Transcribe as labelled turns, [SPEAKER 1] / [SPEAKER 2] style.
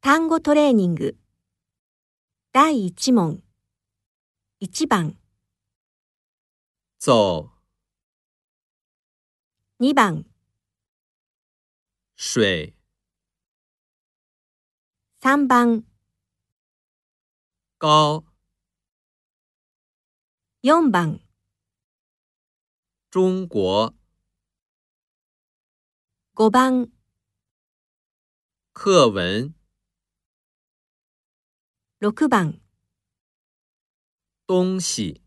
[SPEAKER 1] 単語トレーニング。第1問。1番、
[SPEAKER 2] 走、
[SPEAKER 1] 2番、
[SPEAKER 2] 水、
[SPEAKER 1] 3番、
[SPEAKER 2] 高、
[SPEAKER 1] 4番、
[SPEAKER 2] 中国、
[SPEAKER 1] 5番、
[SPEAKER 2] 课文、
[SPEAKER 1] 6番。
[SPEAKER 2] 东西。